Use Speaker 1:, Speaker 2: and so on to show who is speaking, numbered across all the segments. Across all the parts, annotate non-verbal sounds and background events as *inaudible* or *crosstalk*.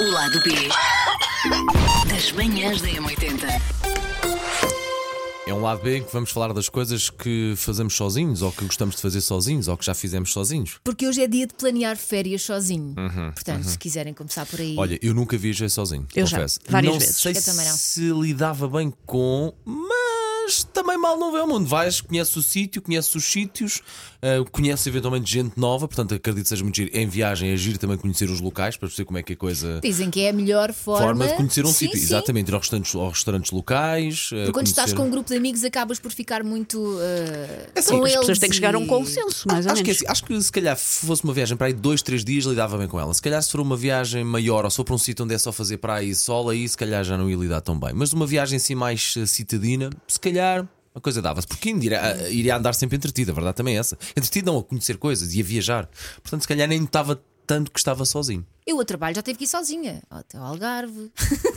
Speaker 1: O lado B das manhãs da M80.
Speaker 2: É um lado B em que vamos falar das coisas que fazemos sozinhos, ou que gostamos de fazer sozinhos, ou que já fizemos sozinhos.
Speaker 3: Porque hoje é dia de planear férias sozinho. Portanto, se quiserem começar por aí.
Speaker 2: Uhum, Olha, eu nunca viajei sozinho,
Speaker 4: Eu já,
Speaker 2: confesso.
Speaker 4: várias
Speaker 2: não
Speaker 4: vezes.
Speaker 2: sei
Speaker 3: Eu também não.
Speaker 2: se lidava bem com, mas também mal não vê o mundo. Vais, conheces o sítio, conheces os sítios, ah, conheces eventualmente gente nova, portanto acredito que seja muito giro. Em viagem, agir também conhecer os locais para perceber como é que a coisa.
Speaker 3: Dizem que é a melhor forma,
Speaker 2: Forma de conhecer um
Speaker 3: Sim,
Speaker 2: sítio,
Speaker 3: sim.
Speaker 2: exatamente, ir aos restaurantes, aos restaurantes locais. ah,
Speaker 3: Porque Quando estás
Speaker 2: conhecer-
Speaker 3: com um grupo de amigos, acabas por ficar muito. eh,
Speaker 2: assim,
Speaker 3: com
Speaker 2: as
Speaker 4: As
Speaker 3: eles
Speaker 4: pessoas têm que chegar a um
Speaker 3: e-
Speaker 4: consenso, mais ou
Speaker 2: Acho que,
Speaker 4: menos.
Speaker 2: assim, acho que se calhar fosse uma viagem para aí dois, três dias lidava bem com ela. Se calhar se for uma viagem maior ou se for para um sítio onde é só fazer praia e sol, aí se calhar já não ia lidar tão bem. Mas uma viagem assim mais eh, citadina, se calhar a coisa dava-se. Porque ainda iria, a- iria andar sempre entretida, a verdade também é essa. Entretida não a conhecer coisas e a viajar. Portanto, se calhar nem estava tanto que estava sozinho.
Speaker 3: Eu, a trabalho, já tive que ir sozinha. Até
Speaker 2: *laughs*
Speaker 3: ao Algarve.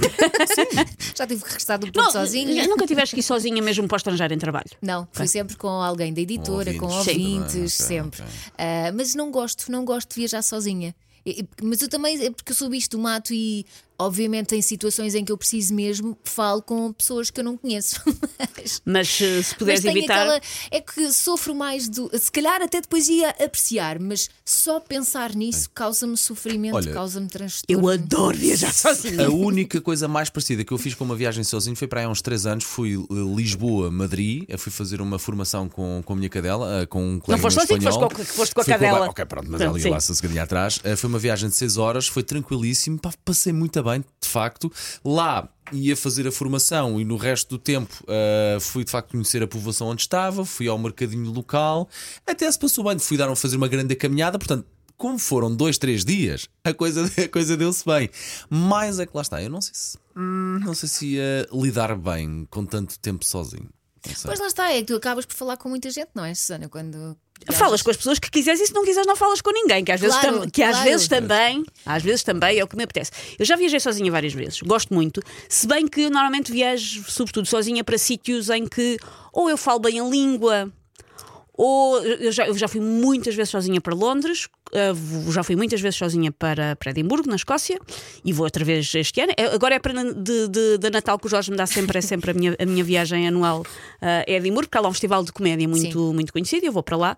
Speaker 3: *laughs* já tive que regressar do Porto sozinha.
Speaker 4: Nunca tiveste que ir sozinha mesmo para o estrangeiro em trabalho.
Speaker 3: Não, fui sempre com alguém da editora, com
Speaker 2: ouvintes.
Speaker 3: ouvintes,
Speaker 2: Sim. Sim, ok,
Speaker 3: sempre.
Speaker 2: ok.
Speaker 3: Ah, mas não gosto, não gosto de viajar sozinha. E- e- Mas eu também, é porque eu sou bicho do mato e, obviamente, em situações em que eu preciso mesmo, falo com pessoas que eu não conheço. *laughs* Mas-
Speaker 4: Mas eh, se
Speaker 3: mas
Speaker 4: puderes
Speaker 3: tenho
Speaker 4: evitar.
Speaker 3: aquela. É que sofro mais do. Se calhar até depois ia apreciar, mas só pensar nisso causa-me sofrimento,
Speaker 2: Olha,
Speaker 3: causa-me transtorno.
Speaker 4: Eu adoro
Speaker 3: *laughs*
Speaker 4: viajar sozinha.
Speaker 2: A única coisa mais parecida que eu fiz com uma viagem sozinho foi para aí há uns 3 anos. Fui eh, Lisboa-Madrid. Eu fui fazer uma formação com, com a minha cadela, eh, com um colega
Speaker 4: foste
Speaker 2: meu
Speaker 4: sozinho,
Speaker 2: espanhol.
Speaker 4: foste com a- foste com a
Speaker 2: Fui
Speaker 4: cadela.
Speaker 2: ba- Ok, pronto, mas
Speaker 4: Pronto,
Speaker 2: ela ia
Speaker 4: sim.
Speaker 2: lá sossegadinha atrás. Eh, Foi uma viagem de 6 horas, foi tranquilíssimo. pá, passei muito bem, de facto. Lá ia fazer a formação e no resto do tempo eh, fui de facto conhecer a povoação onde estava, fui ao mercadinho local. Até se passou bem, fui dar um, fazer uma grande caminhada, portanto como foram dois, três dias, *laughs* a coisa, a coisa deu-se bem. Mas é que lá está, eu não sei se hum, não sei se ia lidar bem com tanto tempo sozinho. Não sei.
Speaker 3: Pois lá está, é que tu acabas por falar com muita gente, não é, Susana? Quando.
Speaker 4: Falas com as pessoas que quiseres e se não quiseres não falas com ninguém, que às vezes,
Speaker 3: Claro,
Speaker 4: tam- que às
Speaker 3: claro.
Speaker 4: vezes também, às vezes também é o que me apetece. Eu já viajei sozinha várias vezes, gosto muito, se bem que eu normalmente viajo sobretudo sozinha para sítios em que ou eu falo bem a língua, ou eu já, eu já fui muitas vezes sozinha para Londres, eh, vou- já fui muitas vezes sozinha para, para Edimburgo, na Escócia, e vou outra vez este ano. É- Agora é para na- de, de- de Natal que o Jorge me dá sempre, é sempre a minha, a minha viagem anual eh, a Edimburgo, porque há lá um festival de comédia muito, muito conhecido, e eu vou para lá.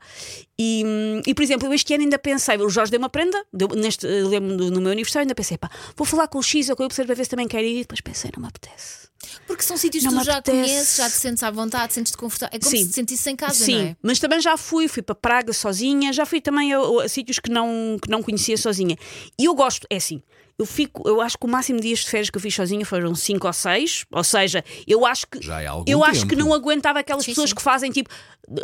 Speaker 4: E, hum, e, por exemplo, eu este ano ainda pensei, o Jorge deu-me a prenda, deu, neste, eu lembro-me do- no meu aniversário, ainda pensei, pá, vou falar com o X ou com o Y para ver se também quer ir, e depois pensei, não me apetece.
Speaker 3: Porque são sítios que
Speaker 4: Não
Speaker 3: tu
Speaker 4: me
Speaker 3: já
Speaker 4: apetece.
Speaker 3: conheces, já te sentes à vontade, sentes-te confortável. É como
Speaker 4: Sim.
Speaker 3: se te sentisse em casa,
Speaker 4: Sim,
Speaker 3: não é?
Speaker 4: mas também já fui, fui para Praga sozinha, já fui também a, a sítios que não, que não conhecia sozinha. E eu gosto, é assim, eu fico, eu acho que o máximo de dias de férias que eu fiz sozinha foram cinco ou seis, ou seja, eu acho que
Speaker 2: Já é algum
Speaker 4: eu acho que
Speaker 2: tempo.
Speaker 4: não aguentava aquelas
Speaker 3: Sim,
Speaker 4: pessoas
Speaker 3: sim.
Speaker 4: que fazem tipo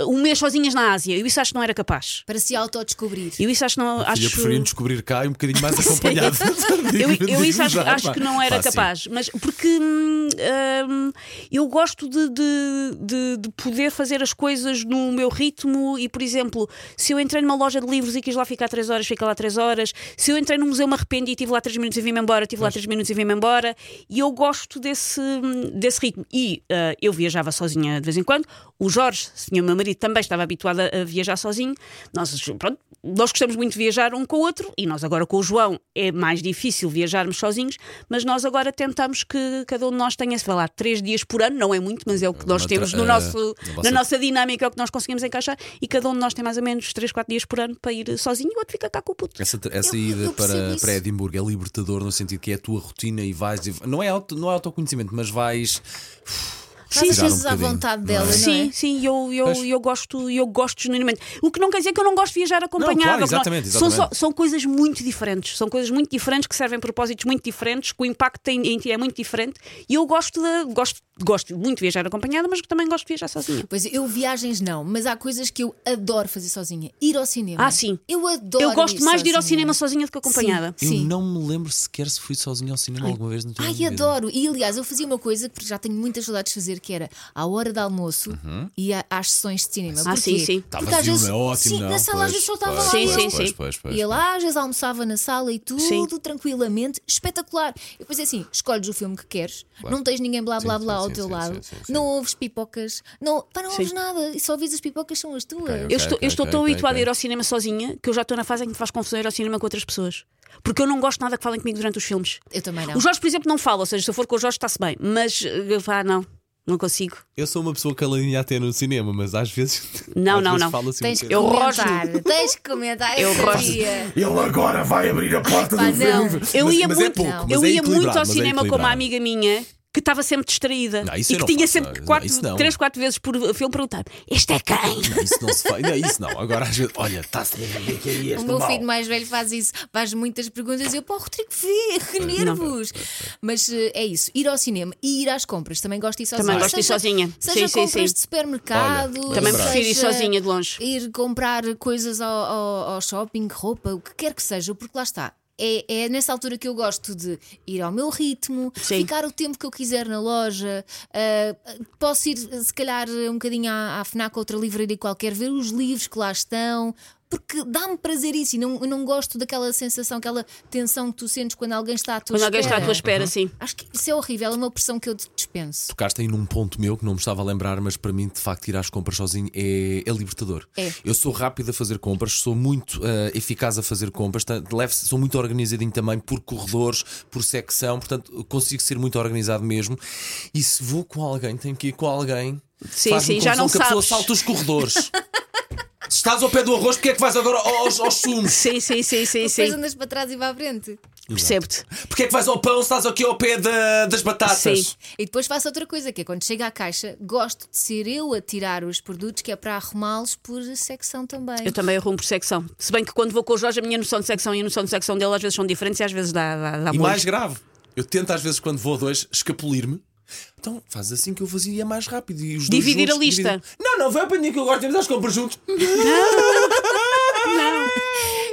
Speaker 4: um mês sozinhas na Ásia. Eu isso acho que não era capaz.
Speaker 3: Para se autodescobrir.
Speaker 4: Eu isso acho que não
Speaker 2: Filha,
Speaker 4: acho
Speaker 2: preferia descobrir cá e um bocadinho
Speaker 4: *laughs*
Speaker 2: mais acompanhado. *laughs*
Speaker 4: Eu,
Speaker 2: Digo-
Speaker 4: eu isso
Speaker 2: digo
Speaker 4: acho,
Speaker 2: já,
Speaker 4: acho
Speaker 2: pá.
Speaker 4: que não era
Speaker 2: Pá, sim.
Speaker 4: capaz, mas porque hum, hum, eu gosto de, de- de- de poder fazer as coisas no meu ritmo e, por exemplo, se eu entrei numa loja de livros e quis lá ficar três horas, fica lá três horas, se eu entrei num museu, me arrependi e tive lá três minutos e vim-me embora, tive lá três minutos e vim-me embora, e eu gosto desse, hum, desse ritmo. E ah, eu viajava sozinha de vez em quando, o Jorge, tinha o meu marido, também estava habituado a a viajar sozinho, nós, pronto, nós gostamos muito de viajar um com o outro e nós agora com o João é mais difícil viajarmos sozinhos, mas nós agora tentamos que cada um de nós tenha, sei lá, três dias por ano, não é muito, mas é o que nós
Speaker 2: Uma
Speaker 4: temos
Speaker 2: tra-
Speaker 4: no
Speaker 2: eh,
Speaker 4: nosso,
Speaker 2: na
Speaker 4: na
Speaker 2: vossa-
Speaker 4: nossa dinâmica, é o que nós conseguimos encaixar e cada um de nós tem mais ou menos três, quatro dias por ano para ir sozinho e o outro fica cá com o puto.
Speaker 2: Essa, essa
Speaker 3: Eu- eu
Speaker 2: ida
Speaker 3: percebo
Speaker 2: para,
Speaker 3: isso.
Speaker 2: para Edimburgo é libertador no sentido que é a tua rotina e vais. e- Não, é auto, não é autoconhecimento, mas vais. tirar um
Speaker 3: Faz as coisas à
Speaker 2: bocadinho,
Speaker 3: vontade
Speaker 2: não
Speaker 3: dela, não é?
Speaker 4: Sim, sim, eu,
Speaker 2: Pois.
Speaker 4: eu, eu gosto, eu gosto genuinamente. O que não quer dizer que eu não gosto de viajar acompanhada.
Speaker 2: Não, claro,
Speaker 4: ou que não- é?
Speaker 2: exatamente,
Speaker 4: São, só-
Speaker 2: exatamente.
Speaker 4: são coisas muito diferentes. São coisas muito diferentes que servem a propósitos muito diferentes, que o impacto tem, em ti é muito diferente. E eu gosto de, gosto, gosto muito de viajar acompanhada, mas também gosto de viajar sozinha.
Speaker 3: Pois eu viagens não, mas há coisas que eu adoro fazer sozinha. Ir ao cinema.
Speaker 4: Ah, sim.
Speaker 3: Eu adoro.
Speaker 4: eu gosto
Speaker 3: ir
Speaker 4: mais de ir ao
Speaker 3: sozinha.
Speaker 4: cinema sozinha do que acompanhada.
Speaker 2: Eu
Speaker 3: Sim.
Speaker 2: não me lembro sequer se fui sozinho ao cinema alguma vez na tua
Speaker 3: Ai,
Speaker 2: vida.
Speaker 3: adoro! E aliás, eu fazia uma coisa que já tenho muitas saudades de fazer, fazer, que era à hora de almoço e a- às sessões de cinema.
Speaker 4: Ah, sim,
Speaker 3: Porquê?
Speaker 4: sim.
Speaker 2: Está
Speaker 3: Porque às
Speaker 2: vazio,
Speaker 3: vezes-
Speaker 2: não é Uhum. ótimo,
Speaker 3: sim,
Speaker 2: não?
Speaker 3: na sala às
Speaker 2: Pois,
Speaker 3: vezes só estava
Speaker 2: pois,
Speaker 3: lá
Speaker 4: Sim,
Speaker 3: eu.
Speaker 2: pois,
Speaker 4: sim,
Speaker 2: pois,
Speaker 4: sim.
Speaker 2: pois, pois,
Speaker 3: Ia lá, às vezes almoçava na sala e tudo
Speaker 4: Sim.
Speaker 3: tranquilamente, espetacular. E depois é assim: escolhes o filme que queres, não tens ninguém blá blá
Speaker 2: Sim,
Speaker 3: blá
Speaker 2: sim,
Speaker 3: ao
Speaker 2: sim,
Speaker 3: teu
Speaker 2: sim,
Speaker 3: lado,
Speaker 2: sim, sim, sim.
Speaker 3: não ouves pipocas, não, pá, não
Speaker 4: Sim.
Speaker 3: ouves nada, e só ouves as pipocas são as tuas.
Speaker 2: ok.
Speaker 4: Eu estou,
Speaker 2: ok,
Speaker 4: eu estou
Speaker 2: ok,
Speaker 4: tão
Speaker 2: ok,
Speaker 4: habituada
Speaker 2: ok.
Speaker 4: a ir ao cinema sozinha que eu já estou na fase em que me faz confusão ir ao cinema com outras pessoas. Porque eu não gosto nada que falem comigo durante os filmes.
Speaker 3: Eu também não.
Speaker 4: O Jorge, por exemplo, não fala, ou seja, se eu for com o Jorge está-se bem, mas eh, pá, não, não consigo.
Speaker 2: Eu sou uma pessoa caladinha até no cinema, mas às *laughs* vezes.
Speaker 4: Não,
Speaker 2: às
Speaker 4: não,
Speaker 2: vezes
Speaker 4: não.
Speaker 2: Falo assim um
Speaker 3: Tens que
Speaker 4: Eu
Speaker 2: bocadinho.
Speaker 3: comentar, tens que comentar. Eu,
Speaker 4: Eu rojo.
Speaker 3: sabia.
Speaker 2: Ele agora vai abrir a porta
Speaker 3: Pá, não.
Speaker 4: Eu
Speaker 2: Mas-
Speaker 4: ia
Speaker 2: mas é
Speaker 4: muito,
Speaker 2: pouco, mas
Speaker 4: eu
Speaker 2: é
Speaker 4: ia
Speaker 2: equilibrado,
Speaker 4: muito ao
Speaker 2: mas é
Speaker 4: cinema com uma
Speaker 2: equilibrado.
Speaker 4: amiga minha que estava sempre distraída
Speaker 2: Não,
Speaker 4: e
Speaker 2: isso eu
Speaker 4: que
Speaker 2: não
Speaker 4: tinha
Speaker 2: faço,
Speaker 4: sempre
Speaker 2: não,
Speaker 4: quatro,
Speaker 2: isso não.
Speaker 4: três, quatro vezes por filme perguntar: este é quem?
Speaker 2: Isso não se faz. Não, isso não. Agora às vezes. Olha, está-se a ver que é este
Speaker 3: O meu
Speaker 2: mal.
Speaker 3: filho mais velho faz isso, faz muitas perguntas e eu, pá, Rodrigo, vê, que nervos! Mas eh, é isso, ir ao cinema e ir às compras, também gosto de ir sozinha.
Speaker 4: Também gosto de ir
Speaker 3: Seja-
Speaker 4: sozinha.
Speaker 3: Seja
Speaker 4: Sim, sim,
Speaker 3: compras
Speaker 4: sim.
Speaker 3: de supermercado,
Speaker 2: Olha,
Speaker 4: Também
Speaker 2: Lembrar.
Speaker 4: prefiro ir
Speaker 3: seja
Speaker 4: sozinha de longe.
Speaker 3: Ir comprar coisas ao, ao- ao shopping, roupa, o que quer que seja, porque lá está. É, é nessa altura que eu gosto de ir ao meu ritmo,
Speaker 4: Sim.
Speaker 3: ficar o tempo que eu quiser na loja. ah, posso ir, se calhar, um bocadinho à, à Fnac ou outra livraria qualquer, ver os livros que lá estão. Porque dá-me prazer isso e não, eu não gosto daquela sensação, aquela tensão que tu sentes quando alguém está à tua
Speaker 4: Quando alguém está à
Speaker 3: espera.
Speaker 4: tua espera,
Speaker 2: Uhum.
Speaker 4: sim.
Speaker 3: Acho que isso é horrível, é uma pressão que eu dispenso.
Speaker 2: Tocaste aí num ponto meu que não me estava a lembrar, mas para mim, de facto, ir às compras sozinho é, é libertador.
Speaker 3: É.
Speaker 2: Eu sou rápido a fazer compras, sou muito eh, eficaz a fazer compras, tan- levo- sou muito organizadinho também por corredores, por secção, portanto, consigo ser muito organizado mesmo. E se vou com alguém, tenho que ir com alguém.
Speaker 4: Sim,
Speaker 2: Faz-me
Speaker 4: sim,
Speaker 2: confusão
Speaker 4: já não
Speaker 2: que a pessoa
Speaker 4: sabes.
Speaker 2: salta os corredores.
Speaker 4: *laughs*
Speaker 2: Se estás ao pé do arroz, porque é que vais agora aos, aos sumos?
Speaker 4: Sim, sim, sim, sim,
Speaker 3: Depois
Speaker 4: sim.
Speaker 3: andas para trás e para a frente.
Speaker 4: Percebo-te.
Speaker 2: Porque é que vais ao pão se estás aqui ao pé da- das batatas?
Speaker 4: Sim.
Speaker 3: E depois faço outra coisa, que é quando chega à caixa, gosto de ser eu a tirar os produtos, que é para arrumá-los por secção também.
Speaker 4: Eu também arrumo por secção. Se bem que quando vou com o Jorge, a minha noção de secção e a noção de secção dele às vezes são diferentes e às vezes dá, dá, dá
Speaker 2: E
Speaker 4: bom.
Speaker 2: mais grave, eu tento às vezes quando vou a dois escapulir-me. Então faz assim que eu fazia e é mais rápido. E os dois
Speaker 4: Dividir
Speaker 2: juntos,
Speaker 4: a lista. Hum,
Speaker 2: dividem. Não, não, vai apanhar que eu gosto de as compras juntos.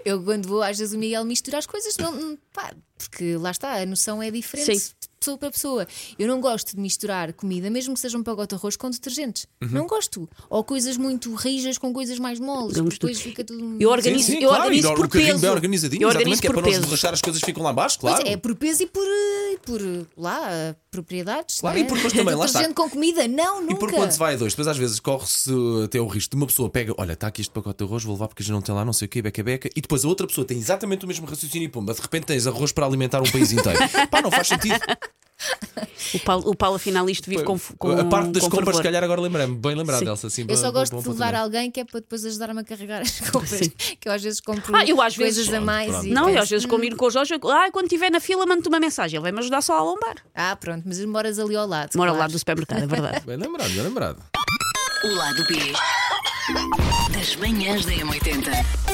Speaker 3: Eu, quando vou, às vezes o Miguel mistura as coisas, não, não- pá, porque lá está, a noção é diferente
Speaker 4: Sim.
Speaker 3: de pessoa para pessoa. Eu não gosto de misturar comida, mesmo que seja um pacote de arroz, com detergentes.
Speaker 4: Uhum.
Speaker 3: Não gosto. Ou coisas muito rijas com coisas mais moles. porque
Speaker 4: Eu misturo.
Speaker 3: Depois fica tudo. assim.
Speaker 4: Eu organizo, eu organizo
Speaker 2: e
Speaker 4: por
Speaker 2: o carrinho
Speaker 4: peso.
Speaker 2: bem organizadinho,
Speaker 4: eu
Speaker 2: exatamente,
Speaker 4: organizo
Speaker 2: que é
Speaker 4: por
Speaker 2: para não
Speaker 4: peso.
Speaker 2: deslanchar as coisas que ficam lá embaixo,
Speaker 3: Pois
Speaker 2: claro.
Speaker 3: é, é por peso e por, eh, por eh, lá, eh, propriedades.
Speaker 2: Claro,
Speaker 3: não é?
Speaker 2: e por depois também, lá está.
Speaker 3: Detergente com comida, não, nunca.
Speaker 2: E por quando se vai a dois, depois às vezes corre-se eh, até o risco de uma pessoa pega, olha, está aqui este pacote de arroz, vou levar porque já não tem lá, não sei o quê, beca beca, e depois a outra pessoa tem exatamente o mesmo raciocínio e pumba, de repente tens arroz para alimentar um país
Speaker 4: *laughs*
Speaker 2: inteiro. Pá, não faz sentido.
Speaker 4: O Paulo, o Paulo, afinal, isto vive com, com
Speaker 2: a parte das
Speaker 4: com
Speaker 2: compras, se
Speaker 4: fervor.
Speaker 2: calhar agora lembrei-me, bem lembrado,
Speaker 4: Sim.
Speaker 2: Elsa. Assim,
Speaker 3: Eu só gosto de levar
Speaker 2: a
Speaker 3: alguém que é para depois ajudar-me a
Speaker 2: *laughs*
Speaker 3: carregar as compras. Que eu às vezes compro
Speaker 4: Ah, eu às
Speaker 3: coisas
Speaker 4: vezes-
Speaker 3: a mais.
Speaker 2: Pronto,
Speaker 3: e
Speaker 4: Não, eu
Speaker 3: penso,
Speaker 4: às vezes combino com o Jorge, eu- ah, quando estiver na fila, mando-te uma mensagem. Ele vai-me ajudar só a lombar.
Speaker 3: Ah, pronto, mas moras ali ao lado. claro.
Speaker 4: Mora ao lado do supermercado, é verdade.
Speaker 2: Bem lembrado, é bem lembrado.
Speaker 1: O lado B das manhãs da M80.